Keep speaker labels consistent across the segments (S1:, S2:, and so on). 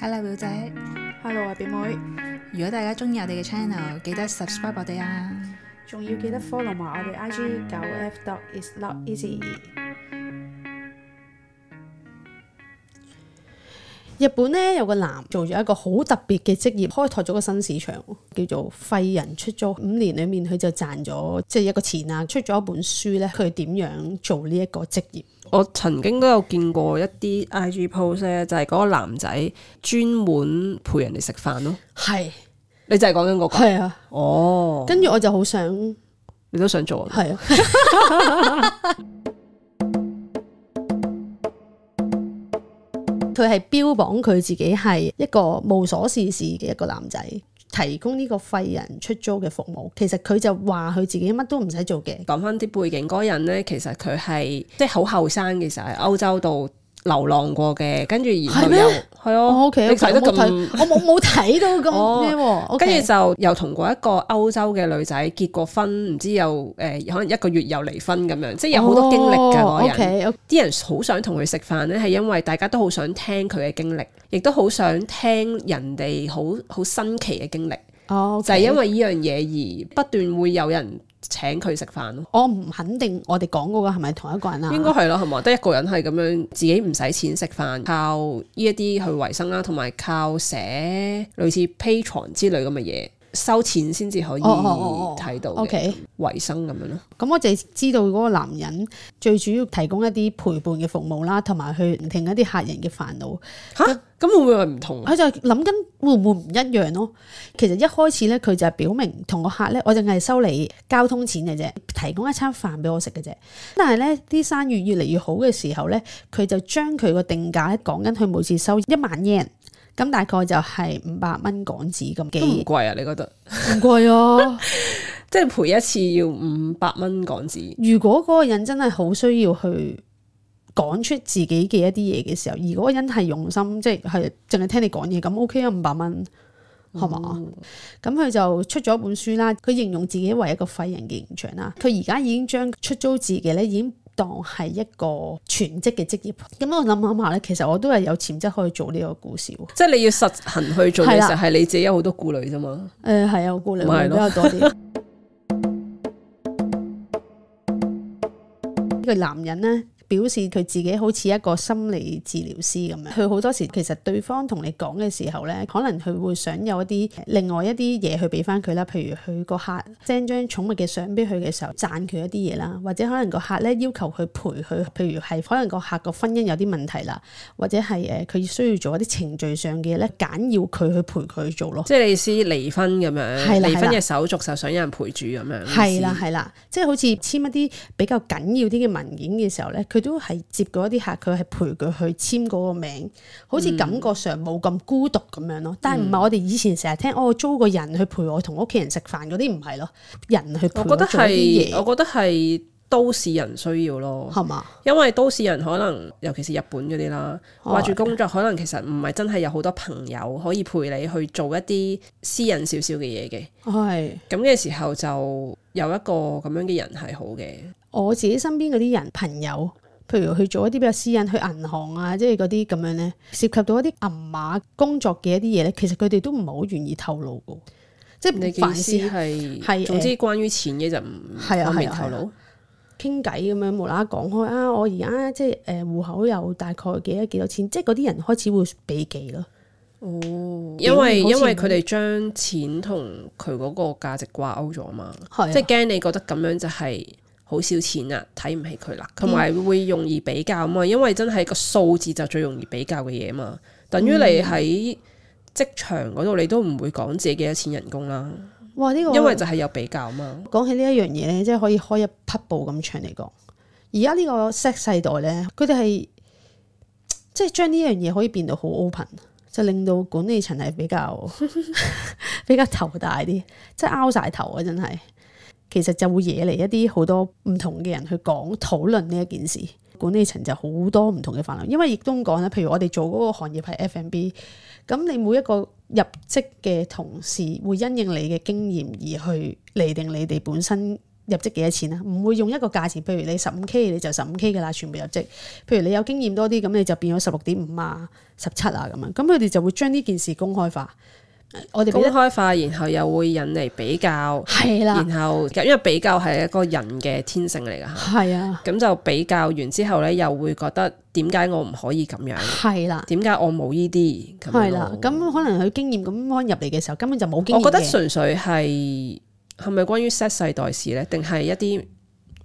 S1: Hello 表姐，
S2: Hello 啊，表妹，
S1: 如果大家中意我哋嘅 channel，記得 subscribe 我哋啊！
S2: 仲要記得 follow 埋我哋 IG 九 F dot is not easy。
S3: 日本咧有個男做咗一個好特別嘅職業，開拓咗個新市場，叫做廢人出租。五年裡面佢就賺咗即係一個錢啊，出咗一本書咧，佢點樣做呢一個職業？
S4: 我曾經都有見過一啲 IG post 咧，就係嗰個男仔專門陪人哋食飯咯。
S3: 係
S4: 你就係講緊嗰個
S3: 係啊，
S4: 哦，
S3: 跟住我就好想
S4: 你都想做啊？
S3: 係啊，
S4: 啊
S3: 佢係標榜佢自己係一個無所事事嘅一個男仔。提供呢個廢人出租嘅服務，其實佢就話佢自己乜都唔使做嘅，
S4: 講翻啲背景，嗰人咧其實佢係即係好後生嘅時候喺歐洲度流浪過嘅，跟住然後
S3: 係咩
S4: 又係
S3: 我
S4: 啊，
S3: 屋企
S4: 你睇得咁。哦
S3: 我冇冇睇到 咁咩喎？
S4: 跟住
S3: 就
S4: 就又同過一個歐洲嘅女仔結過婚，唔知又誒、呃可能一個月又離婚咁樣，即係有好多經歷㗎嗰個
S3: O
S4: 人。
S3: K，
S4: 啲人好想同佢食飯咧，係因為大家都好想聽佢嘅經歷，亦都好想聽人哋好好新奇嘅經歷，
S3: 哦，
S4: 就係因為呢樣嘢而不斷會有人請佢食飯咯。
S3: 我哦唔肯定我哋講嗰個係咪同一個人啊？
S4: 應該係咯，係嘛？得一個人係咁樣，自己唔使錢食飯，靠呢一啲去維生啦，同埋靠寫類似 Patreon 之類咁嘅嘢，收錢先至可以
S3: 哦哦哦哦
S4: 睇到
S3: O
S4: 嘅
S3: K，
S4: 維生咁樣咯。
S3: 咁我就知道嗰個男人最主要提供一啲陪伴嘅服務啦，同埋去聆聽一啲客人嘅煩惱。
S4: 吓，咁會唔會係唔同啊？
S3: 佢就諗緊會唔會唔一樣咯。其實一開始咧，佢就係表明同個客咧，我淨係收你交通錢嘅啫，提供一餐飯俾我食嘅啫。但係咧，啲生意越嚟越好嘅時候咧，佢就將佢個定價咧講緊，佢每次收一萬 yen。咁大概就係五百蚊港紙咁
S4: 都唔
S3: 幾，
S4: 貴啊？你覺得？
S3: 唔貴啊！
S4: 即係賠一次要五百蚊港紙。
S3: 如果嗰個人真係好需要去講出自己嘅一啲嘢嘅時候，而嗰個人係用心，即係係淨係聽你講嘢咁 OK 啊，五百蚊係嘛？咁佢、就出咗一本書啦，佢形容自己為一個廢人嘅形象啦。佢而家已經將出租自己咧已經。當係一個全職嘅職業，咁我諗諗下咧，其實我都係有潛質可以做呢個故事喎。
S4: 即係你要實行去做嘅
S3: 係啦
S4: 時候，係你自己有好多顧慮啫嘛。
S3: 誒係啊，我顧慮
S4: 咪係
S3: 會比
S4: 咯
S3: 較多啲。 呢個男人呢，表示佢自己好似一個心理治療師咁樣，佢好多時其實對方同你講嘅時候呢，可能佢會想有一啲另外一啲嘢去俾翻佢啦，譬如佢個客 send 張寵物嘅相俾佢嘅時候，讚佢一啲嘢啦，或者可能個客呢要求佢陪佢，譬如係可能個客個婚姻有啲問題啦，或者係誒佢需要做一啲程序上嘅嘢呢，簡要佢去陪佢做咯。
S4: 即係你意思離婚咁樣，
S3: 哦係啦
S4: 離婚
S3: 係啦
S4: 嘅手續就想有人陪住咁樣。
S3: 係啦
S4: 意思，
S3: 係啦，即係好似簽一啲比較緊要啲嘅文件嘅時候咧，佢都係接嗰啲客，佢係陪佢去簽嗰個名，好
S4: 嗯
S3: 似感覺上冇咁孤獨咁樣咯。但係唔係我哋以前成日聽，哦，租個人去陪我同屋企人食飯嗰啲唔係咯，人去陪
S4: 我覺得
S3: 做一
S4: 係，
S3: 啲嘢哦
S4: 我覺得係都市人需要咯。
S3: 係嘛？
S4: 因為都市人可能，尤其是日本嗰啲啦，
S3: 哦
S4: 掛住工作，可能其實唔係真係有好多朋友可以陪你去做一啲私隱少少嘅嘢嘅。
S3: 係。
S4: 咁嘅時候就有一個咁樣嘅人係好嘅。
S3: 我自己身邊嗰啲人朋友，譬如去做一啲比較私隱，去銀行啊，即係嗰啲咁樣咧，涉及到一啲銀碼工作嘅一啲嘢咧，其實佢哋都唔係好願意透露嘅，即
S4: 你
S3: 係
S4: 嘅
S3: 凡
S4: 意思
S3: 事
S4: 係，
S3: 係
S4: 總之關於錢嘅就唔
S3: 係啊
S4: 方便
S3: 係啊
S4: 透
S3: 係啊
S4: 露。
S3: 傾偈咁樣無啦啦講開啊，我而家即係誒戶口有大概幾多幾多錢，即係嗰啲人開始會避忌咯。
S4: 因為
S3: 好似
S4: 因為
S3: 唔
S4: 佢哋將錢同佢嗰個價值掛鈎咗嘛，
S3: 係啊
S4: 即
S3: 即
S4: 係驚你覺得咁樣就係好少錢啦，睇唔起佢
S3: 嗯
S4: 啦，同埋會容易比較嘛，因為真係個數字就最容易比較嘅嘢嘛，等於你
S3: 嗯
S4: 喺職場嗰度你都唔會講自己幾多錢人工啦，
S3: 哇！呢、個
S4: 因為就係有比較嘛，
S3: 講起呢一樣嘢咧，即係可以開一匹布咁長嚟講。而家呢個 Z 世代咧，佢哋係即係將呢樣嘢可以變到好 open，就令到管理層係比 較比較頭大啲，即係拗晒頭啊！真係，其實就會惹嚟一啲好多唔同嘅人去講討論呢一件事。管理層就好多唔同嘅煩惱，因為亦都咁講啦。譬如我哋做嗰個行業係 F&B，咁你每一個入職嘅同事會因應你嘅經驗而去釐定你哋本身入職幾多錢啊？唔會用一個價錢，譬如你十五 K 你就十五 K 嘅啦，全部入職。譬如你有經驗多啲，咁你就變咗十六點五啊、十七啊咁樣。咁佢哋就會將呢件事公開化。我哋
S4: 公
S3: 俾得
S4: 開化，然後又會引嚟比較，
S3: 係啦，
S4: 然後因為比較係一個人嘅天性嚟㗎，
S3: 係啊，
S4: 咁就比較完之後咧，又會覺得點解我唔可以咁樣？
S3: 係啦，
S4: 點解我冇呢啲？咁樣
S3: 係啦
S4: 咯。
S3: 咁可能佢經驗咁可能入嚟嘅時候根本就冇經驗
S4: 我覺得
S3: 嘅
S4: 純粹係係咪關於 set 世代事呢？定係一啲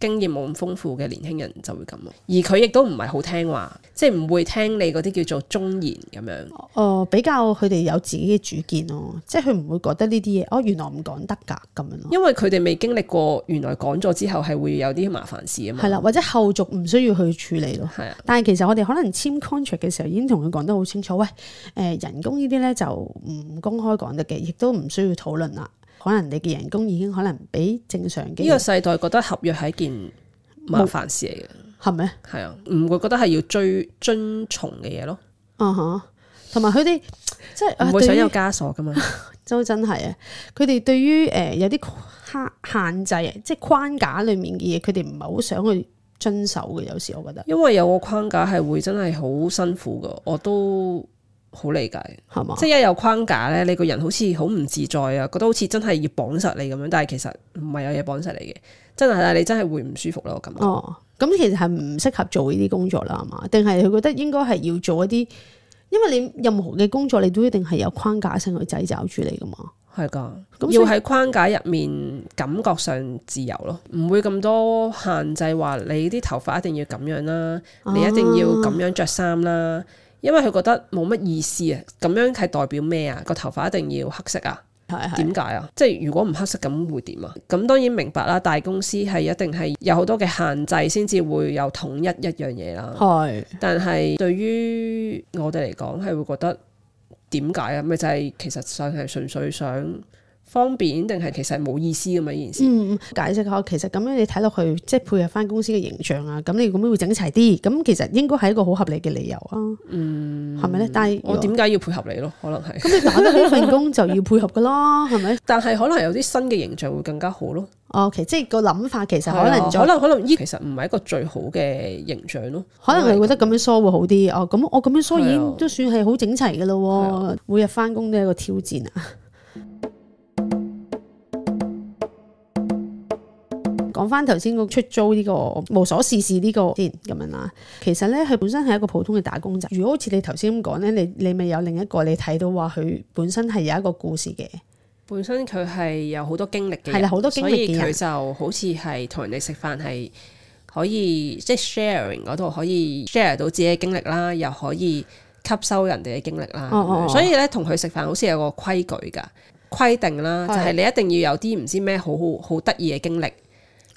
S4: 經驗冇咁豐富嘅年輕人就會咁咯？而佢亦都唔係好聽話，即係唔會聽你嗰啲叫做忠言咁樣。
S3: 哦、比較佢哋有自己嘅主見咯，即係佢唔會覺得呢啲嘢，哦，原來唔講得㗎咁樣咯，
S4: 因為佢哋未經歷過，原來講咗之後係會有啲麻煩事啊嘛。
S3: 係啦，或者後續唔需要去處理咯。
S4: 係啊，
S3: 但係其實我哋可能簽 contract 嘅時候已經同佢講得好清楚，喂，誒、人工呢啲咧就唔公開講得嘅，亦都唔需要討論啦。可能你嘅人工已經可能比正常嘅
S4: 呢個世代覺得合約係一件麻煩事嚟嘅，
S3: 係咪？
S4: 係啊，唔會覺得係要追遵從嘅嘢咯，
S3: 啊哈，同埋佢哋即係
S4: 唔
S3: 啊
S4: 會想
S3: 對於
S4: 有枷鎖噶嘛。
S3: 都真係啊！佢哋對於誒、呃有啲限限制，即係框架裡面嘅嘢，佢哋唔係好想去遵守嘅。有時我覺得
S4: 因為有個框架係會真係好辛苦噶，我都好理解。
S3: 係嘛？
S4: 即係一有框架咧，你個人好似好唔自在啊，覺得好似真係要綁實你咁樣，但係其實唔係有嘢綁實你嘅，真係但係你真係會唔舒服咯咁。我感覺
S3: 哦，咁其實係唔適合做呢啲工作啦，係嘛？定係佢覺得應該係要做一啲，因為你任何嘅工作你都一定係有框架性去掣肘住你噶嘛。
S4: 係噶，
S3: 咁
S4: 要
S3: 所以
S4: 喺框架入面感覺上自由咯，唔會咁多限制話你啲頭髮一定要咁樣啦，
S3: 啊
S4: 你一定要咁樣着衫啦，因為佢覺得冇乜意思啊，咁樣係代表咩啊？個頭髮一定要黑色啊？
S3: 係係
S4: 點解啊？即係如果唔黑色咁會點啊？咁當然明白啦，大公司係一定係有好多嘅限制先至會有統一一樣嘢啦。
S3: 係
S4: 但係對於我哋嚟講係會覺得點解啊？咪就係、其實上係純粹想方便，定係其實冇意思咁樣呢件事。
S3: 嗯，解釋下，其實咁樣你睇落去，即係配合翻公司嘅形象啊，咁你咁樣會整齊啲，咁其實應該係一個好合理嘅理由啊。嗯，係咪咧？但係
S4: 我點解要配合你咯？可能係，
S3: 咁你打咗呢份工就要配合噶啦，係咪哦
S4: 但係可能有啲新嘅形象會更加好咯。
S3: ？OK，即係個諗法其實
S4: 係
S3: 可
S4: 啊
S3: 能
S4: 可
S3: 再
S4: 能可能依其實唔係一個最好嘅形象咯。
S3: 可能佢覺得咁樣梳會好啲。哦，咁我咁樣梳已
S4: 係啊
S3: 經都算係好整齊噶
S4: 係啊
S3: 咯喎，每日翻工都係一個挑戰啊！講翻頭先個出租呢、個無所事事呢個先咁樣啦，其實咧佢本身係一個普通嘅打工仔。如果好似你頭先咁講咧，你你咪有另一個你睇到話佢本身係有一個故事嘅，
S4: 本身佢係有好多經歷嘅人，
S3: 係啦好多經歷嘅人
S4: 所以佢就好似係同人哋食飯係可以即係 sharing 嗰度可以 share 到自己嘅經歷啦，又可以吸收人哋嘅經歷啦。
S3: 哦哦哦
S4: 所以咧，同佢食飯好似有個規矩㗎。規定啦，就
S3: 係
S4: 係你一定要有啲唔知咩好好好得意嘅經歷，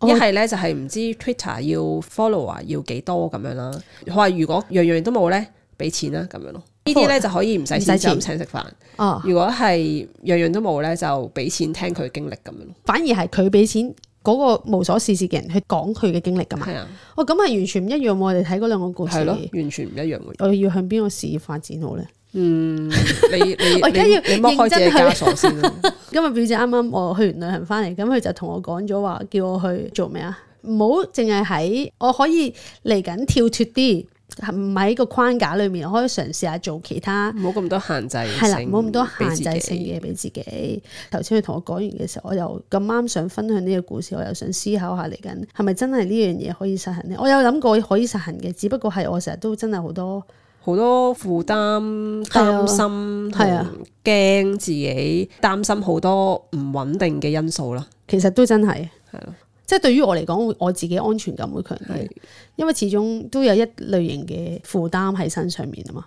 S3: 哦
S4: 一係咧就係唔知 Twitter 要 follower 要幾多咁樣啦。佢話如果樣樣都冇咧，俾錢啦咁樣咯。呢啲咧就可以唔使
S3: 哦唔使
S4: 錢就
S3: 錢
S4: 咁請食飯。
S3: 啊，
S4: 如果係樣樣都冇咧，就俾錢聽佢經歷咁樣咯。
S3: 反而係佢俾錢嗰、個無所事事嘅人去講佢嘅經歷噶嘛。
S4: 係啊，
S3: 哦，咁係完全唔一樣喎！我哋睇嗰兩個故事
S4: 係，咯，完全唔一樣嘅。
S3: 我要向邊個事業發展好咧？
S4: 你你
S3: 我而家
S4: 你
S3: 要
S4: 你剝開自己
S3: 認真
S4: 嘅枷
S3: 去
S4: 鎖先啦。
S3: 今日表姐啱啱我去完旅行翻嚟，咁佢就同我講咗話，叫我去做咩啊？唔好淨係喺我可以嚟緊跳脱啲，唔喺個框架裏面，我可以嘗試下做其他。
S4: 唔好咁多限制性，
S3: 係啦，冇咁多限
S4: 俾
S3: 制
S4: 自
S3: 性
S4: 己
S3: 嘅嘢俾自己。頭先佢同我講完嘅時候，我又咁啱想分享呢個故事，我又想思考下嚟緊係咪真係呢樣嘢可以實行呢？我有諗過可以實行嘅，只不過係我成日都真係好多
S4: 好多負擔、
S3: 係啊
S4: 擔心
S3: 係啊
S4: 同驚自己，擔心好多唔穩定嘅因素啦。
S3: 其實都真係，
S4: 係咯
S3: 即係對於我嚟講，我自己安全感會強啲
S4: 係，
S3: 因為始終都有一類型嘅負擔喺身上面啊嘛。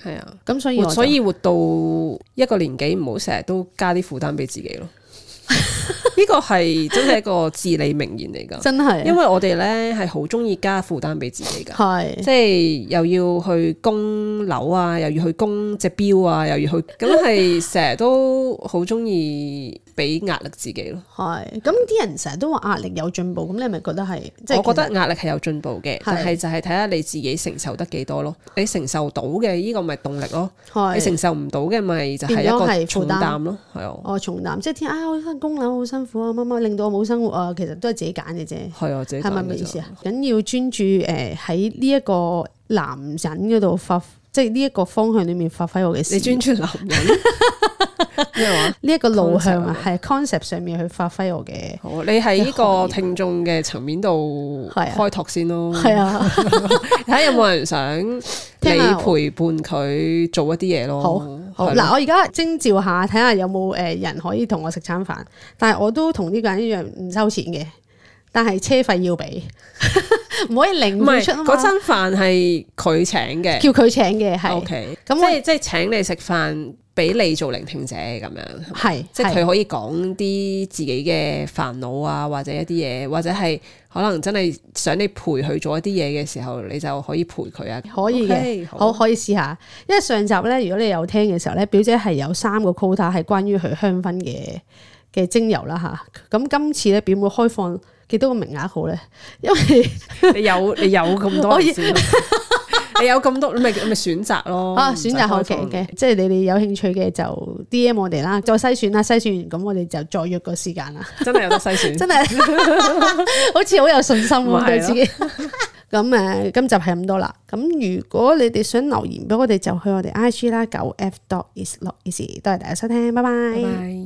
S4: 係啊，
S3: 咁所以我
S4: 活
S3: 就
S4: 所以活到一個年紀，唔好成日都加啲負擔俾自己 咯。呢個係真係一個至理名言嚟㗎。
S3: 真係
S4: 因為我哋咧係好中意加負擔俾自己㗎，
S3: 係
S4: 即係又要去供 樓啊，又要去供隻表啊，又要去，咁係成日都好中意俾壓力自己咯。
S3: 係咁啲人成日都話壓力有進步，咁你係咪覺得係？即係
S4: 我覺得壓力係有進步嘅，
S3: 係
S4: 但係就係睇下你自己承受得幾多咯。你承受到嘅呢個咪動力咯，
S3: 其實
S4: 你
S3: 係
S4: 承受唔到嘅咪就係一個
S3: 變咗係
S4: 重
S3: 負擔
S4: 擔咯，係啊，
S3: 我重擔，即係天啊，我份工樓好辛苦啊，乜乜令到我冇生活啊，其實都係自己揀嘅啫。
S4: 係啊，自己
S3: 係咪
S4: 揀
S3: 咁
S4: 嘅
S3: 嘅意思
S4: 啫
S3: 啊？緊要專注誒喺呢一個男人嗰度發，即係呢一個方向裡面發揮我嘅事
S4: 你
S3: 業。
S4: 專注男 人咩話？
S3: 呢一個路向
S4: concept
S3: 啊
S4: 啊，
S3: 係 concept 上面去發揮我嘅，
S4: 好，你喺呢個聽眾嘅層面度
S3: 係啊
S4: 開拓先咯，
S3: 係啊，
S4: 睇下有冇人想
S3: 聽
S4: 你
S3: 下我
S4: 陪伴佢做一啲嘢咯。
S3: 好好
S4: 係
S3: 嗱，
S4: 咯
S3: 我而家徵召下，睇下有冇誒人可以同我食餐飯，但係我都同呢個人一樣唔收錢嘅，但係車費要俾， 唔可以零
S4: 唔
S3: 付
S4: 係
S3: 出啊嘛
S4: 嗰，餐飯係佢請嘅
S3: 叫佢請嘅係
S4: o K，
S3: 咁
S4: 咁即
S3: 我
S4: 係即係請你食飯，俾你做聆聽者咁樣。
S3: 係
S4: 即係
S3: 係
S4: 佢可以講啲自己嘅煩惱啊，或者一啲嘢，或者係可能真係想你陪佢做一啲嘢嘅時候，你就可以陪 佢啊。
S3: 可以嘅。
S4: OK，
S3: 好可以試下，因為上集咧，如果你有聽嘅時候咧，表姐係有三個 quota 係關於佢香薰嘅嘅精油啦吓，咁今次咧表妹開放幾多個名額好咧？因為
S4: 你有你有咁多
S3: 我以
S4: 人先咯， 你有咁多，你咪咪選擇咯。
S3: 啊，
S4: 哦唔使
S3: 選擇好
S4: 開
S3: 嘅
S4: 放
S3: 嘅，即係你哋有興趣嘅就 D M 我哋啦，再篩選啦，篩選完咁我哋就再約個時間啦。
S4: 真係有得篩選。
S3: 真係 好似好有信心
S4: 咪
S3: 咁
S4: 係咯
S3: 對自己。 咁誒，今集係咁多啦。咁如果你哋想留言俾我哋，就去我哋 I G 啦，九 F dot is not easy。多謝大家收聽，拜拜
S4: 拜。拜